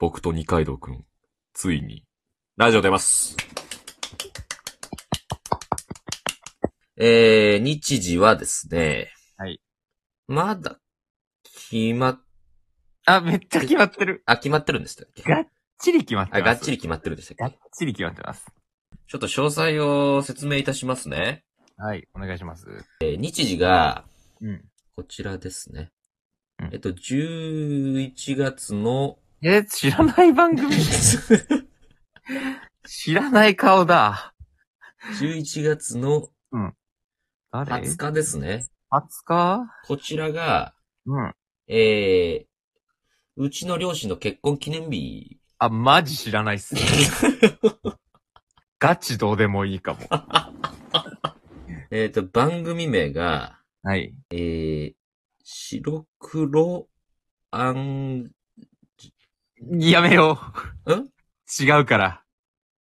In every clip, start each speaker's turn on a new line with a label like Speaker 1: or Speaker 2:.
Speaker 1: 僕と二階堂くん、ついに、ラジオ出ます。えー、日時はですね、
Speaker 2: はい。
Speaker 1: まだ、決まっ、
Speaker 2: あ、めっちゃ決まってる。
Speaker 1: あ、決まってるんでしたっけ
Speaker 2: がっちり決まってま
Speaker 1: あ、
Speaker 2: す。
Speaker 1: がっちり決まってるんでした
Speaker 2: が
Speaker 1: っ
Speaker 2: っ
Speaker 1: け
Speaker 2: ちり決まってます。
Speaker 1: ちょっと詳細を説明いたしますね。
Speaker 2: はい、お願いします。
Speaker 1: えー日時が、
Speaker 2: うん。
Speaker 1: こちらですね
Speaker 2: うん。
Speaker 1: えっと、11月 の、
Speaker 2: えー、知らない 番組知らない顔だ。
Speaker 1: 11月の
Speaker 2: 誰
Speaker 1: 20
Speaker 2: ?20
Speaker 1: 日ですね。
Speaker 2: 日
Speaker 1: こちらが、
Speaker 2: うん。
Speaker 1: えー、うちの両親の結婚記念 日。
Speaker 2: あ、マジ知らないっす。ガチどうでもいいかも。
Speaker 1: えっと、番組名が、
Speaker 2: はい。
Speaker 1: えー、白黒あん、
Speaker 2: やめよう。
Speaker 1: ん
Speaker 2: 違うから。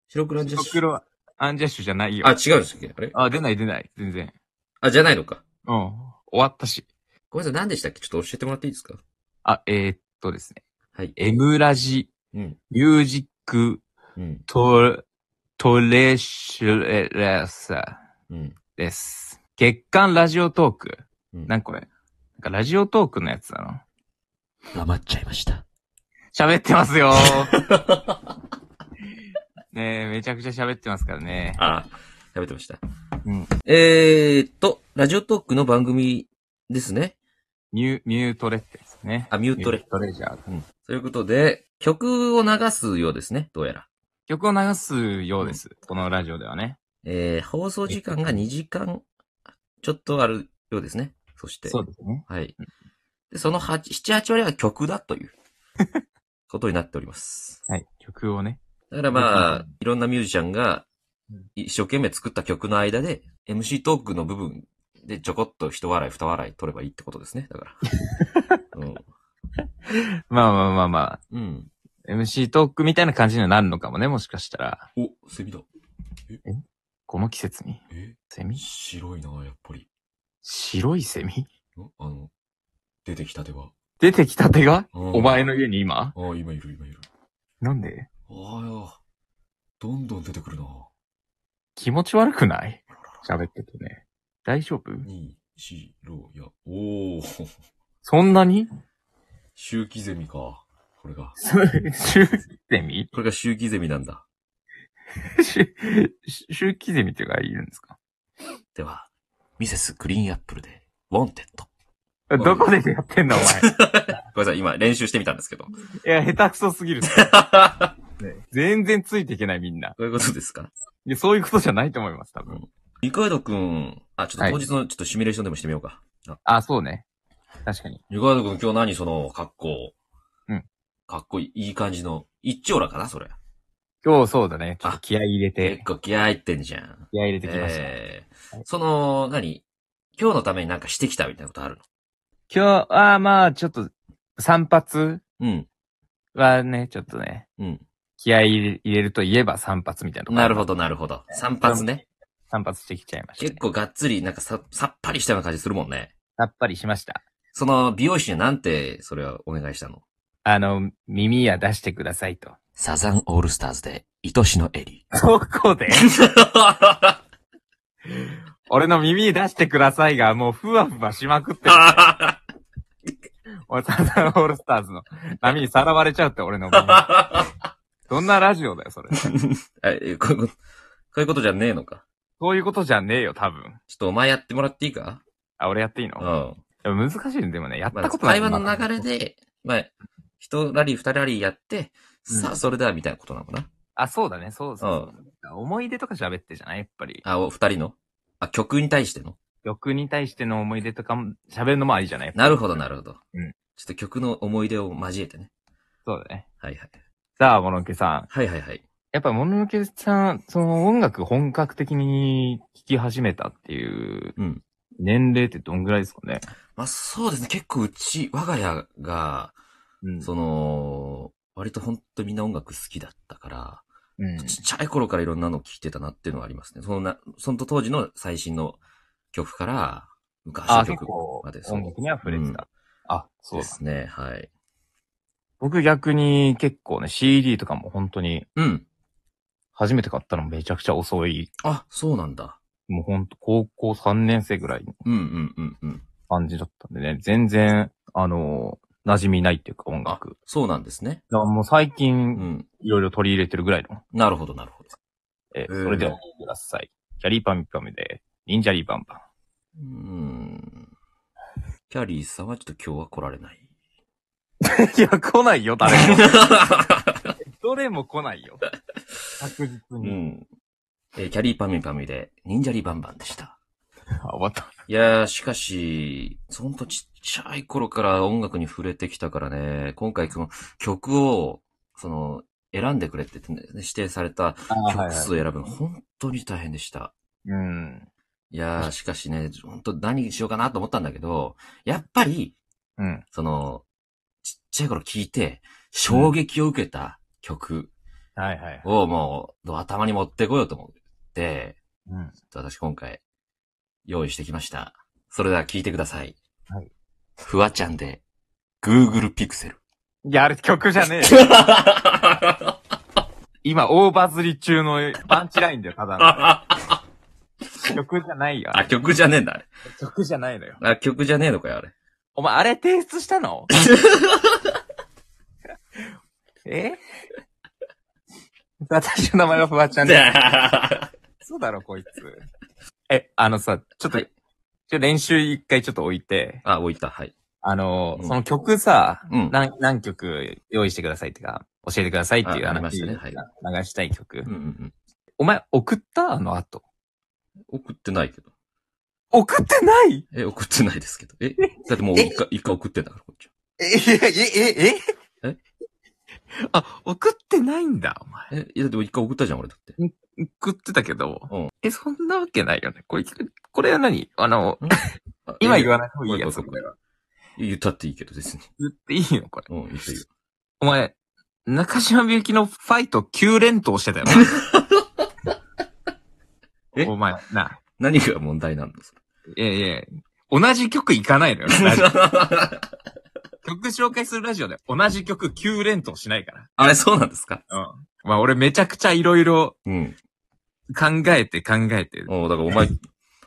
Speaker 1: 白黒アンジャッ
Speaker 2: 白
Speaker 1: シュ。
Speaker 2: 黒アンジャッシュじゃないよ。
Speaker 1: あ、違うんでしたっけあれ
Speaker 2: あ、出ない出ない。全然。
Speaker 1: あ、じゃないのか。
Speaker 2: うん。終わったし。
Speaker 1: ごめんなさい、何でしたっけちょっと教えてもらっていいですか
Speaker 2: あ、えー、っとですね。
Speaker 1: はい。
Speaker 2: エムラジ、
Speaker 1: うん、
Speaker 2: ミュージック、
Speaker 1: うん、
Speaker 2: ト、トレシュレラサ
Speaker 1: うん。
Speaker 2: です。月刊ラジオトーク。
Speaker 1: うん
Speaker 2: なんかこれ。なんかラジオトークのやつなの。
Speaker 1: 黙っちゃいました。
Speaker 2: 喋ってま すよねえ、めちゃくちゃ喋ってますからね。
Speaker 1: あ食べてました。
Speaker 2: うん。
Speaker 1: えーっと、ラジオトークの番組ですね。
Speaker 2: ミュ、ミュートレってですね。
Speaker 1: あ、ミュートレ。
Speaker 2: トレジャー。
Speaker 1: ということで、曲を流すようですね、どうやら。
Speaker 2: 曲を流すようです。このラジオではね。
Speaker 1: えー、放送時間が2時間ちょっとあるようですね。そして、
Speaker 2: そうですね。
Speaker 1: はい。で、その8、7、8割は曲だという ことになっております。
Speaker 2: はい。曲をね。
Speaker 1: だからま
Speaker 2: う
Speaker 1: あ
Speaker 2: ん、
Speaker 1: いろんなミュージシャンが
Speaker 2: うん
Speaker 1: 一生懸命作った曲の間で、MC トークの部分でちょこっと一笑い、二笑い取ればいいってことですね。だ から。
Speaker 2: まあまあまあま
Speaker 1: うん。うん。
Speaker 2: あ。MC トークみたいな感じにはなるのかもね。もしかしたら。
Speaker 1: お、セミだ。
Speaker 2: この季節に。
Speaker 1: え
Speaker 2: セミ
Speaker 1: 白いな、やっぱり。
Speaker 2: 白いセミ
Speaker 1: あの、出てきたては。
Speaker 2: 出てきたてが
Speaker 1: お
Speaker 2: お前の家に今
Speaker 1: ああ、今いる、今いる。
Speaker 2: なんで
Speaker 1: ああ、どんどん出てくるな。
Speaker 2: 気持ち悪くない喋っててね。大丈夫
Speaker 1: に、し、ろ、や、おお、
Speaker 2: そんな に
Speaker 1: 周期ゼミか。これが。
Speaker 2: シュウゼミ
Speaker 1: これが周期ゼミなんだ。
Speaker 2: シュシュウキゼミっていうのがいるんですか
Speaker 1: では、ミセスグリーンアップルで、ウォンテッド。
Speaker 2: あどこでやってんだお前。
Speaker 1: ごめんなさい、今練習してみたんですけど。 こ
Speaker 2: いや、下手くそすぎる。全然ついていけないみんな。
Speaker 1: ういうことですか
Speaker 2: いや、そういうことじゃないと思います、多分。
Speaker 1: 二階堂くん、あ、ちょっ
Speaker 2: はい
Speaker 1: と当日のちょっとシミュレーションでもしてみようか。あ
Speaker 2: あ、そうね。確かに。
Speaker 1: 二階堂くん今日何その格好。
Speaker 2: うん。
Speaker 1: かっこいい、いい感じの。一丁羅かなそれ。
Speaker 2: 今日そうだね。ちょっ
Speaker 1: あ
Speaker 2: と気合い入れて
Speaker 1: 結、構気合入ってんじゃん。
Speaker 2: 気合い入れてきました。
Speaker 1: えーその、何今日のためになんかしてきたみたいなことある
Speaker 2: 今日、あーまあ、ちょっと、散髪
Speaker 1: のうん。
Speaker 2: はね、ちょっとね、
Speaker 1: うん。
Speaker 2: 気合い入れ入れるといえば散髪みたいなとこ
Speaker 1: なるほど、なるほど。散髪ね。
Speaker 2: 散髪してきちゃいました、ね
Speaker 1: 結。構がっつり、なんかさ、さっぱりしたような感じするもんね。
Speaker 2: さっぱりしました。
Speaker 1: その、美容師になんて、それはお願いしたの
Speaker 2: あの、耳や出してくださいと。
Speaker 1: サザンオールスターズで、愛しのエリ
Speaker 2: そこで俺の耳出してくださいが、もうふわふわしまくってる。俺、サザンオールスターズの波にさらわれちゃうって、俺の 耳。どんなラジオだよ、それ。
Speaker 1: えこういうこと、こういうことじゃねえのか。
Speaker 2: そういうことじゃねえよ、多分。
Speaker 1: ちょっとお前やってもらっていいか
Speaker 2: あ、俺やっていいの
Speaker 1: う、ん。
Speaker 2: でも難しいね。でもね、やっ
Speaker 1: まあ、
Speaker 2: たことな
Speaker 1: 会
Speaker 2: い。
Speaker 1: 話の流れ。で、まあ、一ラリー、二ラリーやって、
Speaker 2: うん
Speaker 1: さあ、それだ、みたいなことなのかな。
Speaker 2: あ、そうだね、そうそうそう。思い出とか喋ってじゃないやっぱり。
Speaker 1: あ、お二人のあ、曲に対しての
Speaker 2: 曲に対しての思い出とかも喋るのもありじゃない
Speaker 1: なるほど、なるほど。
Speaker 2: うん
Speaker 1: ちょっと曲の思い出を交えてね。
Speaker 2: そうだね。
Speaker 1: はいはい。
Speaker 2: さあ、もののけさん。
Speaker 1: はいはいはい。
Speaker 2: やっぱ、もののけさん、その音楽本格的に聴き始めたっていう
Speaker 1: うん。
Speaker 2: 年齢ってどんぐらいですかね
Speaker 1: まあそうですね、結構うち、我が家が、
Speaker 2: うん
Speaker 1: その、割とほんとみんな音楽好きだったから、
Speaker 2: うん。
Speaker 1: ちっちゃい頃からいろんなの聴いてたなっていうのはありますね。そのな、その当時の最新の曲から、昔
Speaker 2: あ、
Speaker 1: の
Speaker 2: 結
Speaker 1: 曲
Speaker 2: 構
Speaker 1: まで、、そう
Speaker 2: 音楽には触れてた。あ、そう
Speaker 1: で
Speaker 2: だ。
Speaker 1: すね、はい。
Speaker 2: 僕逆に結構ね、CD とかも本当に、
Speaker 1: うん。
Speaker 2: 初めて買ったのめちゃくちゃ遅い。
Speaker 1: あ、そうなんだ。
Speaker 2: もうほんと、高校3年生ぐらいの
Speaker 1: うんうんうんうん。
Speaker 2: 感じだったんでね、全然、あの、馴染みないっていうか音
Speaker 1: あ
Speaker 2: 楽。、
Speaker 1: そうなんですね。
Speaker 2: だからもう最
Speaker 1: う
Speaker 2: 近、
Speaker 1: ん。
Speaker 2: いろいろ取り入れてるぐらいの。
Speaker 1: なるほど、なるほど。
Speaker 2: えー
Speaker 1: うん
Speaker 2: それでは、ください。キャリーパミュパミュで、忍者リーパンパン。
Speaker 1: うーん。キャリーさんはちょっと今日は来られない。
Speaker 2: いや、来ないよ、誰も。 どれも来ないよ。確実
Speaker 1: う
Speaker 2: に。
Speaker 1: ん。えーキャリーパミュパミュで、忍者リバンバンでした。
Speaker 2: あ、終わった。
Speaker 1: いやー、しかし、ほんとちっちゃい頃から音楽に触れてきたからね、今回この曲を、その、選んでくれって言ってね指定された
Speaker 2: あ
Speaker 1: 曲数を選ぶの、本当に大変でした。
Speaker 2: うん。
Speaker 1: いやー、しかしね、本当何にしようかなと思ったんだけど、やっぱり、
Speaker 2: うん。
Speaker 1: その、ちっちゃい頃聞いて、衝撃を受けた曲
Speaker 2: はいはい。
Speaker 1: をもう、頭に持ってこようと思って、
Speaker 2: う
Speaker 1: ちょ
Speaker 2: ん。
Speaker 1: っと私今回、用意してきました。それでは聞いてください。
Speaker 2: はい。
Speaker 1: ふわちゃんで、Google ピクセル。
Speaker 2: いや、あれ曲じゃねえよ。今、大バズり中のパンチラインだよ、ただの。
Speaker 1: あ、
Speaker 2: 曲じゃないよ。あれ
Speaker 1: 曲じゃねえんだ、あれ。
Speaker 2: 曲じゃないのよ。
Speaker 1: あ、曲じゃねえのかよ、あ れ。
Speaker 2: お前、あれ提出した のえ私の名前はフワちゃんで。そうだろ、こいつ。え、あのさ、ちょっと、
Speaker 1: は
Speaker 2: ちょ
Speaker 1: い
Speaker 2: っと練習一回ちょっと置いて、
Speaker 1: あ、置いた、はい。
Speaker 2: あの、
Speaker 1: うん
Speaker 2: その曲さ、
Speaker 1: うん。
Speaker 2: 何、何曲用意してくださいってか、教えてくださいっていう
Speaker 1: あありまし
Speaker 2: 話、
Speaker 1: たねはい
Speaker 2: 流したい曲。
Speaker 1: うんうんうん。
Speaker 2: お前、送ったあの後。
Speaker 1: 送ってないけど。
Speaker 2: 送ってない
Speaker 1: え、送ってないですけど。えだってもう一回、一回送ってんだから、こっちは。
Speaker 2: え、え、え、え、
Speaker 1: え
Speaker 2: あ、送ってないんだ、お前。
Speaker 1: え、いや、でも一回送ったじゃん、俺だって。
Speaker 2: 送ってたけど。
Speaker 1: うん
Speaker 2: え、そんなわけないよね。これ、これは何あの、
Speaker 1: あ
Speaker 2: 今言
Speaker 1: わ
Speaker 2: わなくてもいいやつ、
Speaker 1: こ
Speaker 2: こ
Speaker 1: れ
Speaker 2: れは。
Speaker 1: 言ったっていいけど、別に。
Speaker 2: 言っていいのこれ。
Speaker 1: うん、言っていいよ。。
Speaker 2: お前、中島みゆきのファイト9連投してたよな
Speaker 1: え
Speaker 2: お前、な、
Speaker 1: 何が問題なんですか
Speaker 2: いやいや、同じ曲いかないのよ。ラジオ曲紹介するラジオで同じ曲9連投しないから。
Speaker 1: あれ、そうなんですか
Speaker 2: うん。まあ俺めちゃくちゃいろいろ
Speaker 1: うん。
Speaker 2: 考えて考えて、
Speaker 1: おだからお前、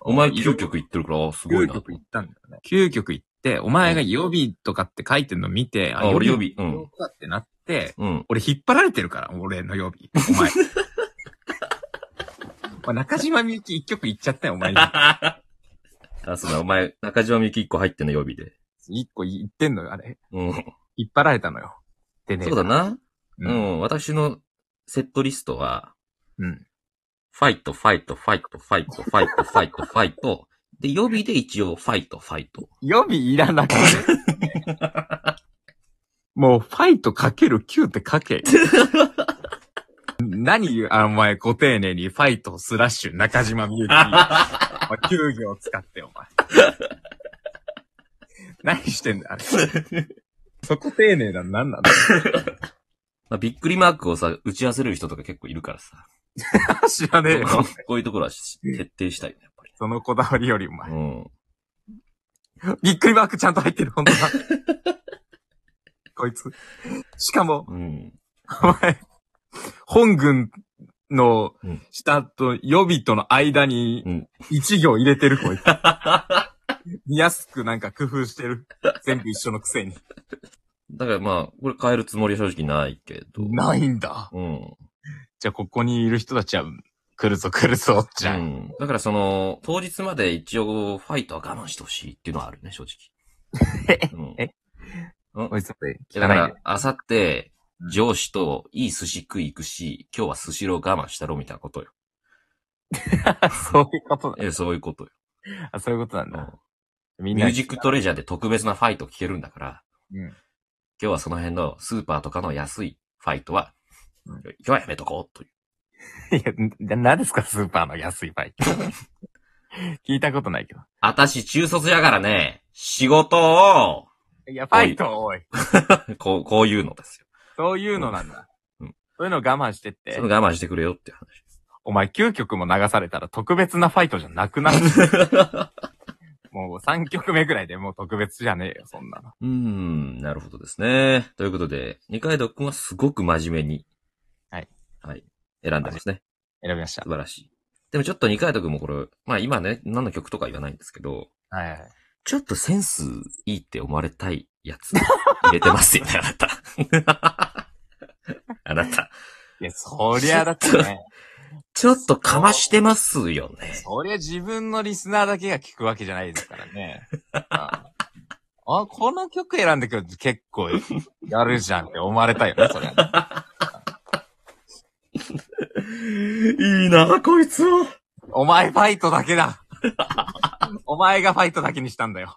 Speaker 1: お前
Speaker 2: いろ
Speaker 1: 9曲言ってるから、あすごいな
Speaker 2: 9
Speaker 1: と
Speaker 2: 曲
Speaker 1: 思
Speaker 2: 行
Speaker 1: っ。
Speaker 2: ってたんだよね。9曲行って、お前が予備とかって書いてるの見て、
Speaker 1: あ俺予備うん
Speaker 2: かってなって、
Speaker 1: うん。
Speaker 2: 俺引っ張られてるから、俺の予備。お前。 お前中島みゆき1曲行っちゃったよ、お 前に。
Speaker 1: あ、そうだ、お前、中島みゆき1個入ってんの、予備で。
Speaker 2: 1個行ってんのよ、あれ。
Speaker 1: うん。
Speaker 2: 引っ張られたのよ。でね。
Speaker 1: そうだ。な。
Speaker 2: う。
Speaker 1: うんん。私のセットリストは、
Speaker 2: うん。
Speaker 1: ファイト、ファイト、ファイト、ファイト、ファイト、ファイト、ファイト。で、予備で一応、ファイト、ファイト。
Speaker 2: 予備いらなくて。 もう、ファイトかける9って書け。 何、あ、お前、ご丁寧に、ファイトスラッシュ、中島みゆき。お前9行使って、お前。 何してんだよ、あれ。そこ丁寧なの何なんだよ
Speaker 1: まあ、びっくりマークをさ、打ち合わせる人とか結構いるからさ。
Speaker 2: 知らねえよ。
Speaker 1: こういうところはし徹底したいね、やっぱり。
Speaker 2: そのこだわりより、お前
Speaker 1: う。ん。
Speaker 2: びっくりマークちゃんと入ってる、本当 だ。こいつ。しかも、
Speaker 1: うん。
Speaker 2: お前、本軍の
Speaker 1: うん
Speaker 2: 下と予備との間に
Speaker 1: うん
Speaker 2: 一行入れてる、こいつ。見やすくなんか工夫してる。全部一緒のくせに。
Speaker 1: だからまあ、これ変えるつもりは正直ないけど。
Speaker 2: ないんだ。
Speaker 1: うん。
Speaker 2: じゃあ、ここにいる人たちは、来るぞ来るぞ、じゃ。
Speaker 1: うんん。だからその、当日まで一応、ファイトは我慢してほしいっていうのはあるね、正 直。うん、
Speaker 2: えこいつまで聞
Speaker 1: だか
Speaker 2: かな
Speaker 1: ら
Speaker 2: いで。、
Speaker 1: あさって
Speaker 2: う、ん
Speaker 1: 上司といい寿司食い行くし、今日は寿司ロー我慢したろみたいなことよ。
Speaker 2: そういうことだ。
Speaker 1: え、そういうことよ。
Speaker 2: あ、そういうことなん
Speaker 1: う
Speaker 2: だ。
Speaker 1: ん
Speaker 2: みん
Speaker 1: ミ
Speaker 2: な。
Speaker 1: ュージックトレジャーで特別なファイト聞けるんだから、
Speaker 2: うん
Speaker 1: 今日はその辺のスーパーとかの安いファイトは、
Speaker 2: うん
Speaker 1: 今日はやめとこうという。
Speaker 2: いや、ななんですか、スーパーの安いバイト。聞いたことないけど。
Speaker 1: あたし中卒やからね、仕事を、
Speaker 2: いや、ファイト、おい。
Speaker 1: こう、こういうのですよ。
Speaker 2: そういうのなんだ。
Speaker 1: うん
Speaker 2: そういうのを我慢してって
Speaker 1: そ、の我慢してくれよっていう話。
Speaker 2: お前9曲も流されたら特別なファイトじゃなくなる。もうもう3曲目ぐらいでもう特別じゃねえよ、そんなの。
Speaker 1: うーん、なるほどですね。ということで、二階堂くんはすごく真面目に。
Speaker 2: はい。
Speaker 1: はい。選んでますね。
Speaker 2: 選びました
Speaker 1: 素。晴らしい。でもちょっと二階堂くんもこれ、まあ今ね、何の曲とか言わないんですけど、
Speaker 2: はいはい。
Speaker 1: ちょっとセンスいいって思われたいや つ入れてますよね、あなた。あなた。
Speaker 2: いや、そりゃだってね、
Speaker 1: ちょっとかましてますよね。
Speaker 2: そりゃ自分のリスナーだけが聞くわけじゃないですからね。ああ、この曲選んでくる結構やるじゃんって思われたいよね、それ。
Speaker 1: いいな、こいつは。
Speaker 2: お前ファイトだけだ。お前がファイトだけにしたんだよ。